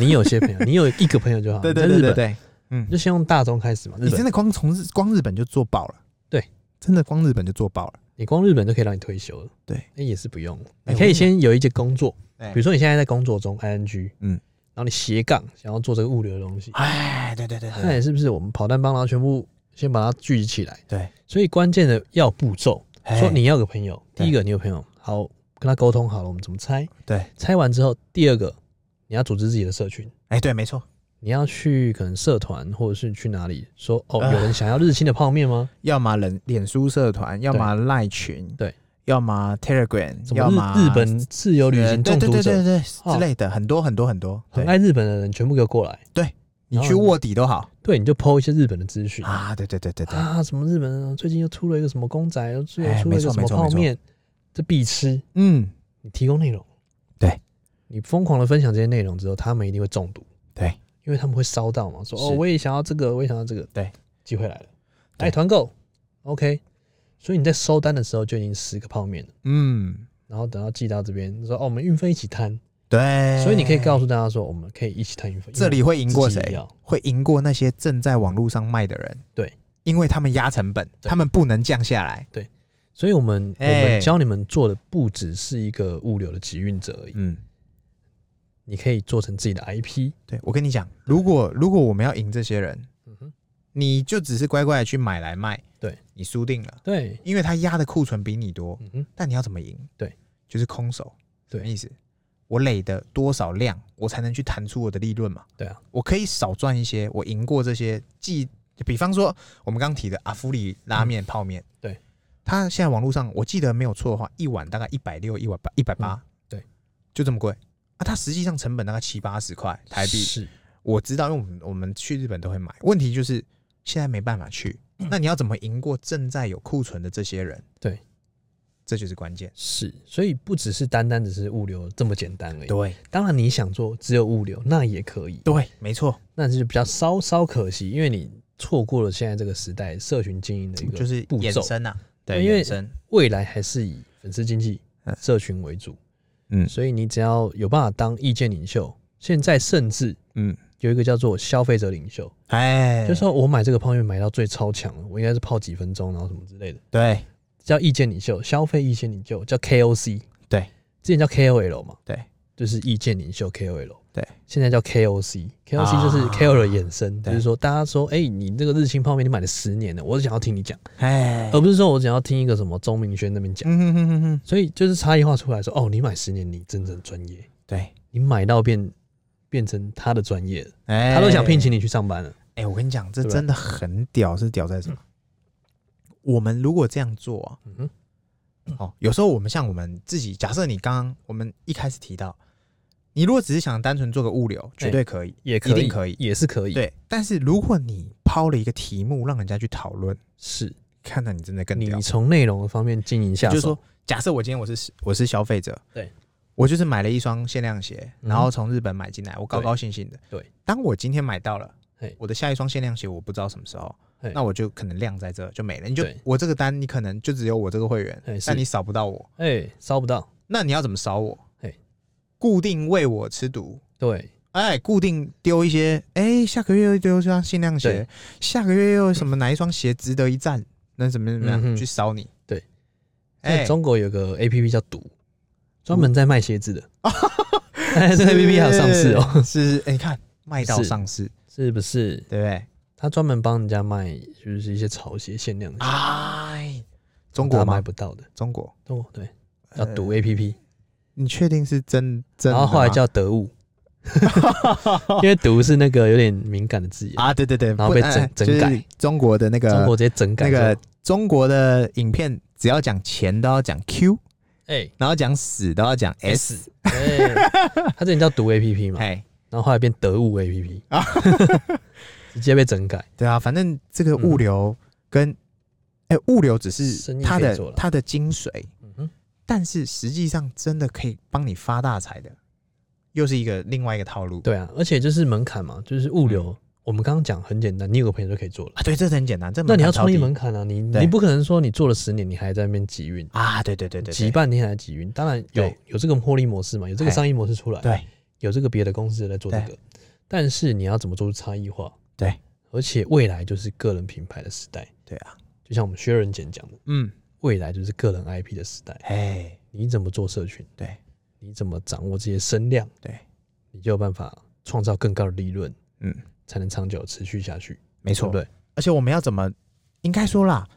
S1: 你有些朋友，你有一个朋友就好。
S3: 对
S1: 你
S3: 对
S1: 在
S3: 对
S1: 日
S3: 对
S1: 本，
S3: 对，
S1: 你就先用大众开始嘛。
S3: 你
S1: 日
S3: 真
S1: 本，
S3: 的光从日光日本就做爆了，
S1: 对，
S3: 真的光日本就做爆了。
S1: 你光日本就可以让你退休了。
S3: 对
S1: 那也是不用，
S3: 哎
S1: 你可以先有一些工作，
S3: 哎
S1: 比如说你现在在工作中，ing，
S3: 嗯
S1: 嗯，然后你斜杠想要做这个物流的东西，
S3: 哎，对对对对
S1: 那也是不是我们跑单帮，然后全部先把它聚集起来？
S3: 对，
S1: 所以关键的要步骤，
S3: 哎
S1: 说你要有个朋友，
S3: 对
S1: 第一个你有朋友，好跟他沟通好了，我们怎么拆？
S3: 对，
S1: 拆完之后，第二个你要组织自己的社群。
S3: 哎，对，没错，
S1: 你要去可能社团，或者是去哪里说哦，
S3: 啊
S1: 有人想要日清的泡面吗？
S3: 要么脸脸书社团，要么赖群，
S1: 对，
S3: 要么 Telegram，
S1: 什
S3: 要
S1: 么
S3: 么
S1: 日日本自由旅行
S3: 对
S1: 中
S3: 对
S1: 毒
S3: 对对
S1: 者，
S3: 对
S1: 哦
S3: 之类的，很多很多很哦多。
S1: 很
S3: 对，
S1: 爱日本的人全部给我过来。
S3: 你去卧底都好
S1: 对，你就抛一些日本的资讯
S3: 啊，对对对对对，
S1: 啊，什么日本人最近又出了一个什么公仔，又出
S3: 哎
S1: 出了一
S3: 没
S1: 个
S3: 错
S1: 什么
S3: 没错
S1: 泡面，这必吃。
S3: 嗯。
S1: 你提供内容，
S3: 对
S1: 你疯狂的分享这些内容之后，他们一定会中毒。
S3: 对，
S1: 因为他们会烧到嘛，说
S3: 是
S1: 哦，我也想要这个，我也想要这个。
S3: 对，
S1: 机会来了，哎
S3: 对
S1: 来团购，OK。所以你在收单的时候就已经十个泡面了。
S3: 嗯，
S1: 然后等到寄到这边，说哦，我们运费一起摊，
S3: 对，
S1: 所以你可以告诉大家说，我们可以一起摊运费。
S3: 这里会赢
S1: 因为
S3: 过
S1: 我自己
S3: 谁？
S1: 要？
S3: 会赢过那些正在网络上卖的人。
S1: 对，
S3: 因为他们压成本，
S1: 对
S3: 他们不能降下来。
S1: 所以我们、我
S3: 哎
S1: 们教你们做的不只是一个物流的集运者而已，
S3: 嗯，
S1: 你可以做成自己的 IP。
S3: 对我跟你讲，如果如果我们要赢这些人，
S1: 嗯哼，
S3: 你就只是乖乖的去买来卖，
S1: 对
S3: 你输定了，
S1: 对，
S3: 因为他压的库存比你多。
S1: 嗯哼，
S3: 但你要怎么赢？
S1: 对，
S3: 就是空手。
S1: 对
S3: 什么意思？我累的多少量，我才能去谈出我的利润嘛？
S1: 对啊，
S3: 我可以少赚一些，我赢过这些既比方说我们刚提的阿芙里拉面、泡面，
S1: 嗯对，
S3: 它现在网络上我记得没有错的话，一碗大概一百六、一碗八、一百八，
S1: 嗯对，
S3: 就这么贵啊！它实际上成本大概七八十块台币，
S1: 是
S3: 我知道，因为我们我们去日本都会买。问题就是现在没办法 去，那你要怎么赢过正在有库存的这些人？
S1: 对，
S3: 这就是关键。
S1: 是，所以不只是单单只是物流这么简单而已。
S3: 对
S1: 当然，你想做只有物流，那也可以，
S3: 对，没错，
S1: 那就比较稍稍可惜，因为你错过了现在这个时代社群经营的一个
S3: 就是
S1: 步骤
S3: 衍，生啊，
S1: 对因为
S3: 衍生，
S1: 未来还是以粉丝经济
S3: 嗯、
S1: 社群为主。
S3: 嗯
S1: 所以你只要有办法当意见领袖，现在甚至
S3: 嗯，
S1: 有一个叫做消费者领袖，
S3: 哎，
S1: 就是说我买这个泡面买到最超强了，我应该是泡几分钟，然后什么之类的，
S3: 对
S1: 叫意见领袖，消费意见领袖叫 KOC，
S3: 对，
S1: 之前叫 KOL 嘛，
S3: 对
S1: 就是意见领袖 KOL，
S3: 对，
S1: 现在叫 KOC，KOC 就是
S3: 啊
S1: KOL 的衍生，
S3: 对
S1: 就是说大家说，哎、你这个日清泡面你买了十年了，我只想要听你讲，
S3: 哎，
S1: 而不是说我只要听一个什么钟明轩那边讲，
S3: 嗯哼哼哼哼，
S1: 所以就是差异化出来说，哦，你买十年，你真正专业，
S3: 对，
S1: 你买到变变成他的专业了，
S3: 哎，
S1: 他都想聘请你去上班了，
S3: 哎、我跟你讲，这
S1: 对吧
S3: 真的很屌，是屌在什么？我们如果这样做啊，
S1: 嗯哼，
S3: 哦，有时候我们像我们自己，假设你刚刚我们一开始提到，你如果只是想单纯做个物流，绝
S1: 哎
S3: 对可以，
S1: 也可以，
S3: 一定可以，
S1: 也是可以，，
S3: 对。但是如果你抛了一个题目让人家去讨论，
S1: 是
S3: 看到你真的更屌
S1: 你，从内容方面经营下手，
S3: 就是说，假设我今天我是我是消费者，
S1: 对，
S3: 我就是买了一双限量鞋，
S1: 嗯
S3: 然后从日本买进来，我高
S1: 对
S3: 高兴兴的。
S1: 对，
S3: 当我今天买到了
S1: 嘿，
S3: 我的下一双限量鞋我不知道什么时候
S1: 嘿，
S3: 那我就可能晾在这就没了。你就
S1: 对
S3: 我这个单，你可能就只有我这个会员
S1: 嘿，是
S3: 但你扫不到我，
S1: 哎、烧不到，
S3: 那你要怎么扫我
S1: 嘿？
S3: 固定喂我吃毒。
S1: 对，
S3: 哎，固定丢一些，哎，下个月又丢一双限量鞋
S1: 对，
S3: 下个月又有什么哪一双鞋值得一赞，那怎么怎么
S1: 嗯
S3: 样
S1: 哼
S3: 去扫你？
S1: 对，在
S3: 哎，
S1: 中国有个 A P P 叫赌，专门在卖鞋子 的。哎，这个 A P P 还有上市哦，
S3: 是，是哎，你看卖到
S1: 是
S3: 上市，
S1: 是不是？
S3: 对不对？
S1: 他专门帮人家卖，就是一些潮鞋限量的鞋，
S3: 哎，啊中国
S1: 大家买
S3: 吗？
S1: 不到的。
S3: 中国，
S1: 中国对，叫赌 A P P，
S3: 你确定是真真的
S1: 然
S3: 吗？
S1: 后后来叫得 物，因为赌是那个有点敏感的字眼，
S3: 啊，对对对，
S1: 然后
S3: 不
S1: 被
S3: 哎
S1: 整
S3: 就
S1: 整
S3: 是
S1: 改
S3: 中国的那
S1: 中国
S3: 个
S1: 直接整改
S3: 那
S1: 说。
S3: 个中国的影片，只要讲钱都要讲 Q，
S1: 哎
S3: 然后讲死都要讲 S，
S1: S，哎，他之前叫赌 A P P 嘛，
S3: 哎，
S1: 然后后来变得物 A P P，直接被整改。
S3: 对啊，反正这个物流跟哎物流只是
S1: 嗯生意
S3: 它
S1: 可以
S3: 的
S1: 做了
S3: 它的精髓，
S1: 嗯哼，
S3: 但是实际上真的可以帮你发大财的，又是一个另外一个套路。
S1: 对啊，而且就是门槛嘛，就是物
S3: 嗯
S1: 流，我们刚刚讲很简单，你有个朋友就可以做了。
S3: 啊，对，这很简单，这
S1: 那你要
S3: 超
S1: 创
S3: 低
S1: 立门槛啊，你
S3: 对
S1: 你不可能说你做了十年，你还在那边集运，
S3: 啊，对对对对，对
S1: 集半天还在集运。当然有
S3: 对
S1: 有这个获利模式嘛，有这个
S3: 嘿
S1: 商业模式出来，
S3: 对
S1: 有这个别的公司在做这
S3: 对
S1: 个，但是你要怎么做出差异化？
S3: 对，
S1: 而且未来就是个人品牌的时代，
S3: 对啊，
S1: 就像我们薛仁简讲的，
S3: 嗯，
S1: 未来就是个人 IP 的时代，
S3: 哎，
S1: 你怎么做社群？
S3: 对，
S1: 你怎么掌握这些声量？
S3: 对，
S1: 你就有办法创造更高的利润，
S3: 嗯，
S1: 才能长久持续下去，
S3: 没
S1: 对
S3: 错
S1: 不，对？
S3: 而且我们要怎么？应该说啦，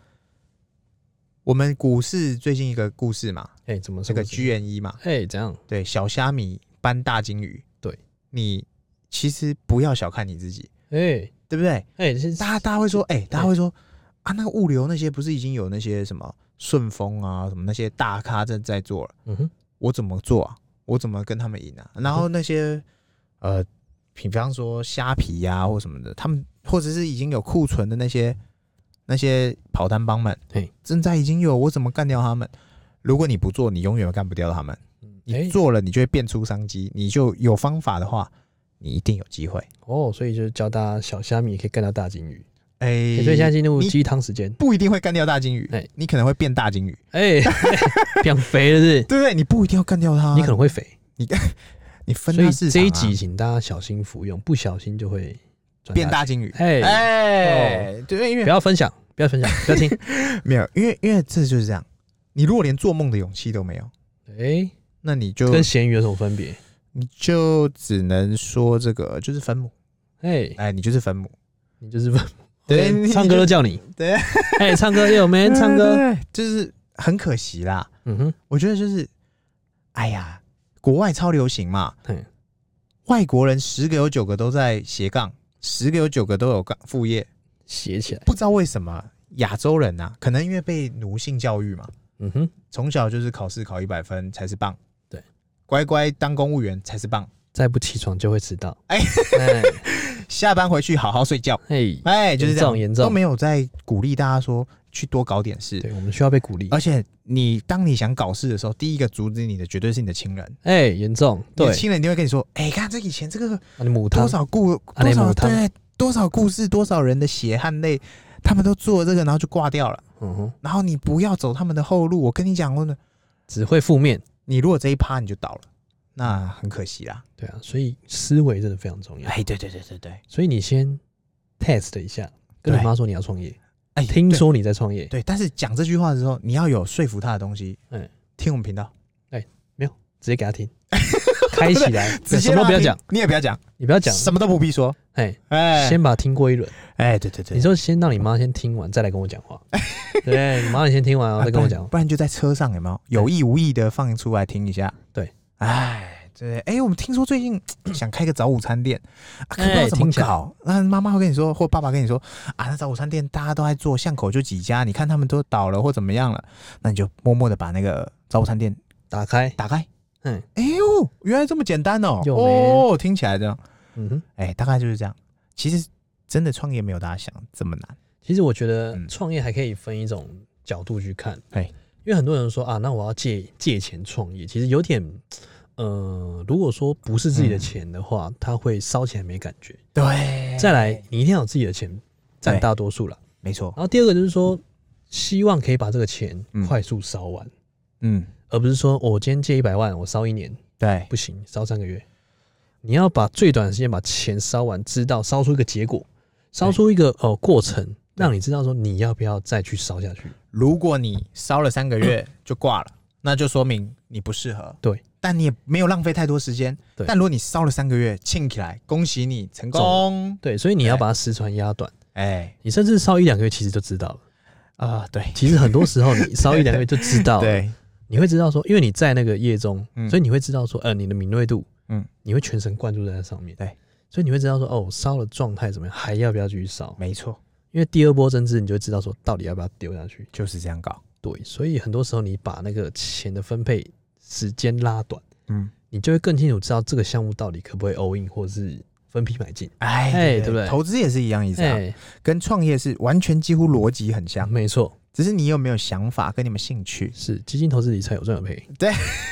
S3: 我们股市最近一个故事嘛，
S1: 哎，怎么
S3: 这
S1: 说
S3: 个 GNE 嘛，
S1: 哎，怎样？
S3: 对，小虾米搬大金鱼，
S1: 对
S3: 你其实不要小看你自己，
S1: 哎
S3: 对不对？
S1: 哎，是
S3: 大家大家会说，哎、大家会说啊，那个物流那些不是已经有那些什么顺丰啊，什么那些大咖在在做了，
S1: 嗯哼，
S3: 我怎么做啊？我怎么跟他们赢啊？然后那些呃，比方说虾皮呀、或什么的，他们或者是已经有库存的那些那些跑单帮们
S1: 嘿，
S3: 正在已经有，我怎么干掉他们？如果你不做，你永远干不掉他们。
S1: 嗯
S3: 你做了，你就会变出商机，你就有方法的话，你一定有机会。
S1: 哦，所以就是教大家小虾米也可以干掉大金鱼。
S3: 哎、
S1: 欸所以现在进入
S3: 你
S1: 鸡汤时间，
S3: 不一定会干掉大金鱼，
S1: 哎
S3: 你可能会变大金鱼，
S1: 哎， 变肥了是不是？
S3: 对不对？你不一定要干掉它，
S1: 你可能会肥，
S3: 你啊分
S1: 所以
S3: 它市场啊
S1: 这一集请大家小心服用，不小心就会赚
S3: 变
S1: 大
S3: 大金鱼，
S1: 钱。哎，
S3: 哎，对，因
S1: 不
S3: 为
S1: 要分享，不要分享，不要 听。
S3: 没有，因为因为这就是这样，你如果连做梦的勇气都没有，
S1: 哎，
S3: 那你就
S1: 跟咸鱼有什么分别？
S3: 你就只能说这个就是分母，
S1: 哎，
S3: 哎，你就是分母，
S1: 你就是分。
S3: 对
S1: 哎
S3: 你
S1: 唱歌都叫你。
S3: 对，
S1: 哎，唱歌也有没人唱歌？
S3: 对，就是很可惜啦，
S1: 嗯哼，
S3: 我觉得就是，哎呀，国外超流行嘛
S1: 嘿，
S3: 外国人十个有九个都在斜杠，十个有九个都有杠副业，
S1: 写起来。
S3: 不知道为什么亚洲人呐、可能因为被奴性教育嘛，
S1: 嗯哼，
S3: 从小就是考试考一百分才是棒，
S1: 对，
S3: 乖乖当公务员才是棒，
S1: 再不起床就会迟到。
S3: 哎
S1: 哎，
S3: 下班回去好好睡觉，
S1: 哎，
S3: 哎，就是这样，
S1: 严重严重
S3: 都没有在鼓励大家说去多搞点事，
S1: 对，我们需要被鼓励。
S3: 而且你当你想搞事的时候，第一个阻止你的绝对是你的亲人，
S1: 哎，严重，
S3: 你
S1: 对
S3: 的，亲人一定会跟你说，哎、看这以前这个
S1: 啊你母汤
S3: 多少故
S1: 啊
S3: 多
S1: 你
S3: 少
S1: 母汤
S3: 对多少故事多少人的血汗泪，他们都做了这个，然后就挂掉了。
S1: 嗯哼，
S3: 然后你不要走他们的后路，我跟你讲，我呢，
S1: 只会负面。
S3: 你如果这一趴你就倒了，那很可惜啦。
S1: 对啊，所以思维真的非常重要。
S3: 哎，对对对对对，
S1: 所以你先 test 一下，跟你
S3: 对
S1: 妈说你要创业，
S3: 哎，
S1: 听
S3: 对
S1: 说你在创业，
S3: 对，但是讲这句话的时候，你要有说服他的东西。嗯
S1: 嗯，
S3: 听我们频道，
S1: 直接给她听。开起来，
S3: 直接
S1: 什么都
S3: 让
S1: 不
S3: 他
S1: 要
S3: 听
S1: 讲，，
S3: 你也不要讲，
S1: 你不要讲，
S3: 什么都不必说。
S1: 哎，
S3: 哎，
S1: 先把它听过一轮。
S3: 哎，对对对，
S1: 你说先让你妈先听完，再来跟我讲 话。对，你妈你先听完，然后
S3: 啊
S1: 再跟我
S3: 不然
S1: 讲。哎
S3: 不然就在车上有没有有意无意的放出来听一下？
S1: 对，
S3: 哎，对，哎，我们听说最近 想开个早午餐店，啊，可不知道
S1: 哎
S3: 怎么
S1: 听起来
S3: 搞。那妈妈会跟你说，或爸爸跟你说，啊，那早午餐店大家都在做，巷口就几家，你看他们都倒了或怎么样了，那你就默默的把那个早午餐店
S1: 打 开，
S3: 打开。
S1: 嗯，
S3: 哎呦，原来这么简单哦！
S1: 有
S3: 哦，听起来这样，
S1: 嗯哼，
S3: 哎，大概就是这样。其实真的创业没有大家想这么难。
S1: 其实我觉得
S3: 嗯
S1: 创业还可以分一种角度去看，
S3: 哎
S1: 因为很多人说啊，那我要借借钱创业，其实有点，呃，如果说不是自己的钱的话，
S3: 嗯
S1: 他会烧起来没感觉。
S3: 对
S1: 再来，你一定要有自己的钱占
S3: 对
S1: 大多数了。
S3: 没错
S1: 然，后第二个就是说，希望可以把这个钱
S3: 嗯
S1: 快速烧完，
S3: 嗯，
S1: 而不是说、哦我今天借一百万，我烧一年
S3: 对，
S1: 不行，烧三个月。你要把最短的时间把钱烧完，知道烧出一个结果，烧出一个呃过程，让你知道说你要不要再去烧下去。
S3: 如果你烧了三个 月就挂了，那就说明你不适合。
S1: 对，
S3: 但你也没有浪费太多时间。
S1: 对
S3: 但如果你烧了三个月，庆起来，恭喜你成功。
S1: 对，所以你要把它时长压短，
S3: 哎，
S1: 你甚至烧一两个月其实就知道了。
S3: 啊，对，
S1: 其实很多时候 你烧一两个月就知道，，
S3: 对，
S1: 你会知道说，因为你在那个夜中，
S3: 嗯
S1: 所以你会知道说，呃，你的敏锐度，
S3: 嗯，
S1: 你会全神贯注在那上面，
S3: 对，
S1: 所以你会知道说，哦，我烧了状态怎么样，还要不要继续烧？
S3: 没错，
S1: 因为第二波增资，你就会知道说到底要不要丢下去。
S3: 就是这样搞。
S1: 对，所以很多时候你把那个钱的分配时间拉短，
S2: 嗯，
S1: 你就会更清楚知道这个项目到底可不可以 all in 或是分批买进。
S3: 哎
S1: 哎对不对
S3: 投资也是一样意思啊，
S1: 哎，
S3: 跟创业是完全几乎逻辑很像，
S1: 没错，
S3: 只是你有没有想法，跟你们兴趣。
S1: 是基金投资理财有赚有赔，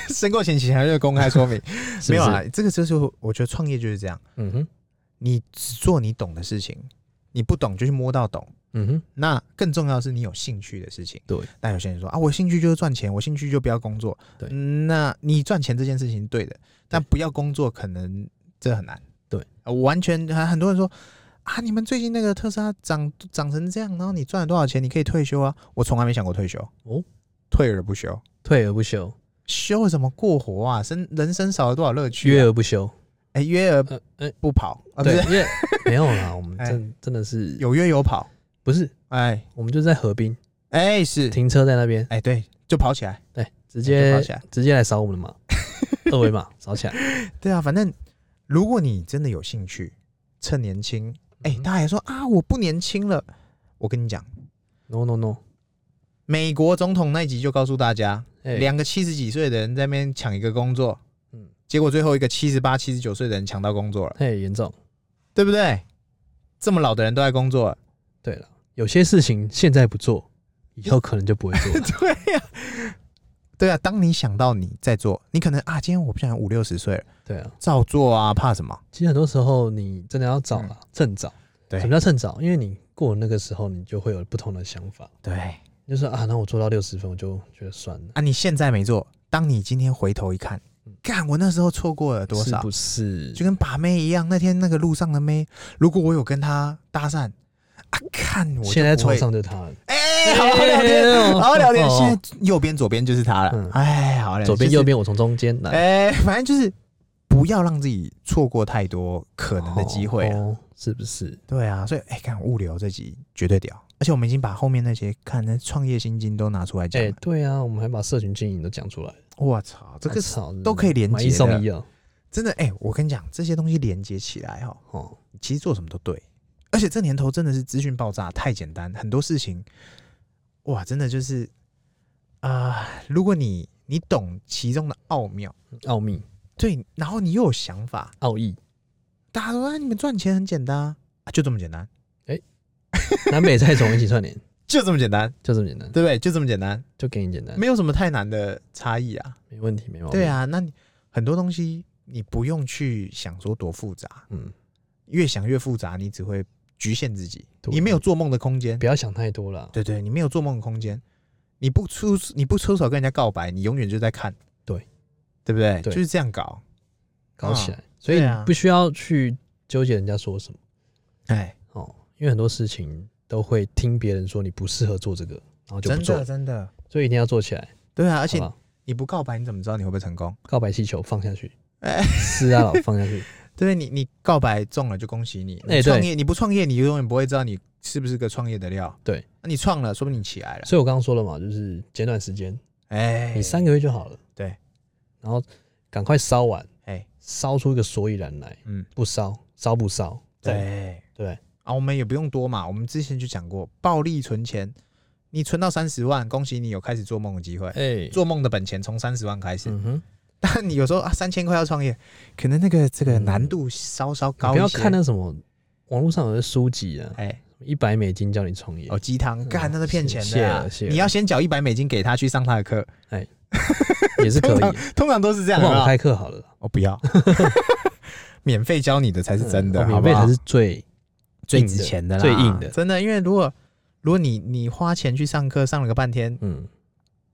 S3: 申购前请详阅公开 说明。
S1: 是
S3: 没有
S1: 不
S3: 啊
S1: 是？，
S3: 这个就是我觉得创业就是这样，
S1: 嗯哼，
S3: 你只做你懂的事情，你不懂就去摸到懂。
S1: 嗯哼，
S3: 那更重要的是你有兴趣的事情。
S1: 对，
S3: 但有些人说啊，我兴趣就是赚钱，我兴趣就不要工作。
S1: 对
S3: 嗯那你赚钱这件事情对的，但不要工作可能这很难。
S1: 对
S3: 呃，我完全很很多人说啊，你们最近那个特斯拉涨涨成这样，然后你赚了多少钱，你可以退休啊？我从来没想过退休
S1: 哦，
S3: 退而不休，
S1: 退而不休，
S3: 休什么过活啊？生人生少了多少乐趣、
S1: 约
S3: 啊？
S1: 而不休。
S3: 哎，约而
S1: 呃，哎，
S3: 不跑啊，不
S1: 对，
S3: 是
S1: 因为没有啦，我们
S3: 哎
S1: 真真的是
S3: 有约有跑，
S1: 不是，
S3: 哎
S1: 我们就在河滨
S3: 哎是，
S1: 停车在那边，
S3: 哎对，就跑起来。
S1: 对，直
S3: 哎就
S1: 接
S3: 跑起来
S1: 直接来扫我们的码，二维码扫起来。
S3: 对啊，反正如果你真的有兴趣，趁年轻， 哎、
S1: 嗯
S3: 大家也说啊，我不年轻了。我跟你讲，
S1: No no no，
S3: 美国总统那集就告诉大家，
S1: 哎，
S3: 两个七十几岁的人在那边抢一个工作，
S1: 嗯
S3: 结果最后一个七十八、七十九岁的人抢到工作了，
S1: 哎，严重。
S3: 对不对？这么老的人都在工作了，
S1: 对了，有些事情现在不做，以后可能就不会做了。
S3: 对呀、对啊。当你想到你在做，你可能啊，今天我不想五六十岁了，
S1: 对啊，
S3: 照做啊，怕什么？
S1: 其实很多时候你真的要找了，趁早。
S3: 嗯对
S1: 什么叫趁早？因为你过了那个时候，你就会有不同的想法。
S3: 对
S1: 你就说啊，那我做到六十分，我就觉得算了，
S3: 啊，你现在没做，当你今天回头一看
S1: 嗯，
S3: 干，我那时候错过了多
S1: 是
S3: 少？
S1: 不是？
S3: 就跟把妹一样，那天那个路上的妹，如果我有跟她搭讪，啊，看我就
S1: 现在
S3: 不会
S1: 床，上就他了，
S3: 哎、好好聊天，
S1: 哎
S3: 好好聊天。
S1: 哦
S3: 现在右边左边就是她了
S1: 嗯，
S3: 哎、好好聊天
S1: 左边
S3: 就是
S1: 右边，我从中间来
S3: 哎、反正就是不要让自己错过太多可能的机会啊、
S1: 哦是不是？
S3: 对啊，所以哎，看、物流这集绝对屌，而且我们已经把后面那些看那创业新经都拿出来讲
S1: 哎，
S3: 了。
S1: 对啊，我们还把社群经营都讲出来，
S3: 我、操，这个
S1: 我哎操
S3: 都可以连
S1: 买一
S3: 结的
S1: 送一哦。
S3: 真的哎、我跟你讲，这些东西连接起来哦，
S1: 哦，
S3: 其实做什么都对，而且这年头真的是资讯爆炸，太简单，很多事情，哇，真的就是啊、如果你你懂其中的奥妙，
S1: 奥秘、
S3: 对，然后你又有想法，
S1: 奥义，
S3: 大家都说、啊、你们赚钱很简单啊，啊就这么简单，
S1: 南北菜种一起串联，
S3: 就这么简单，
S1: 就这么简单，
S3: 对不对？就这么简单，
S1: 就给你简单，
S3: 没有什么太难的差异啊。
S1: 没问题，没毛病。
S3: 对，啊，那你很多东西你不用去想说多复杂，
S1: 嗯，
S3: 越想越复杂，你只会局限自己，
S1: 对
S3: 你没有做梦的空间
S1: 不。要想太多了。
S3: 对对，你没有做梦的空间，你不出你不出手跟人家告白，你永远就在看，
S1: 对
S3: 对不对？
S1: 对
S3: 就是这样搞，
S1: 搞起来，所以
S3: 对
S1: 你
S3: 啊
S1: 不需要去纠结人家说什么
S3: 哎，
S1: 哦，因为很多事情都会听别人说你不适合做这个，然后就不
S3: 真
S1: 做
S3: 的，真的，
S1: 所以一定要做起来。
S3: 对啊，而
S1: 而
S3: 且你不告白，你怎么知道你会不会成功？
S1: 告白气球放下去，
S3: 哎
S1: 撕啊，老放下去。
S3: 对你你告白中了就恭喜你，
S1: 哎
S3: 你创业你不创业你永远不会知道你是不是个创业的料。
S1: 对，
S3: 那你创了，说不定你起来了。
S1: 所以我刚刚说了嘛，就是简短时间，
S3: 哎，
S1: 你三个月就好了。
S3: 对，
S1: 然后赶快烧完，
S3: 哎，
S1: 烧出一个所以然来。
S3: 嗯，
S1: 不烧，烧不烧？再
S3: 对
S1: 对
S3: 啊，我们也不用多嘛，我们之前就讲过，暴力存钱，你存到三十万，恭喜你有开始做梦的机会，
S1: 哎
S3: 做梦的本钱从三十万开始。
S1: 嗯哼，
S3: 但你有时候啊，三千块要创业，可能那个这个
S1: 嗯
S3: 难度稍稍
S1: 你
S3: 高一
S1: 不
S3: 些。
S1: 要看那什么网络上有的书籍啊，
S3: 哎，
S1: 一百美金教你创业
S3: 哦，，鸡汤，干
S1: 嗯
S3: 那是骗钱
S1: 谢
S3: 的
S1: 了
S3: 啊
S1: 谢。了
S3: 你要先缴一百美金给他去上他的课，
S1: 也是可以。
S3: 通常都是这样
S1: 不然
S3: 的。有没
S1: 我
S3: 有
S1: 开课好了，
S3: 我不要， 免费教你的才是真的，
S1: 嗯哦免
S3: 好不
S1: 费
S3: 好
S1: 才是最
S3: 最
S1: 硬
S3: 值
S1: 的
S3: 钱的啦，
S1: 最硬的
S3: 真的。因为如果如果你你花钱去上课，上了个半天，
S1: 嗯，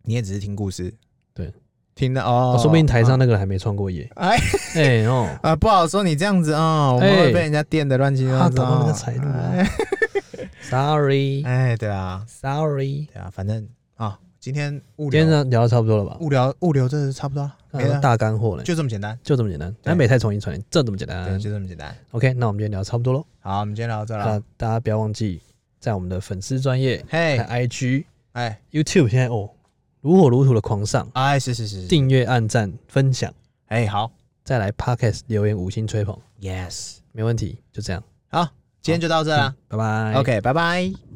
S3: 你也只是听故事，
S1: 对，
S3: 听的哦
S1: 哦，说不定台上
S3: 啊
S1: 那个人还没创过业。
S3: 哎
S1: 哎哦，
S3: 啊，不好说你这样子啊，我们
S1: 哎
S3: 会被人家电的乱七
S1: 他
S3: 八
S1: 找到
S3: 糟。
S1: 那个财路啊
S3: 哎
S1: ，sorry
S3: 哎，对啊，
S1: sorry，
S3: 对啊，反正啊，今天物
S1: 今天
S3: 流
S1: 呢聊的差不多了吧？
S3: 物流物流这差不多了，没
S1: 看
S3: 了，
S1: 大干货嘞，
S3: 就这么简单，
S1: 就这么简单，南北太重一传，就这么简
S3: 对，
S1: 单。
S3: 就这么简单。
S1: OK，那我们今天聊得差不多喽。
S3: 好，我们今天聊到这
S1: 那
S3: 了。
S1: 大家不要忘记在我们的粉丝专业、
S3: 嘿，
S1: 还有 IG、
S3: 哎
S1: YouTube 现在哦如火如荼的狂上，
S3: 哎，是是是，是，
S1: 订阅、按赞、分享，
S3: 哎，好
S1: 再来 Podcast 留言五星吹捧，
S3: ，yes，
S1: 没问题，就这样。
S3: 好，今天就到这了
S1: 嗯。拜拜。
S3: OK，拜拜。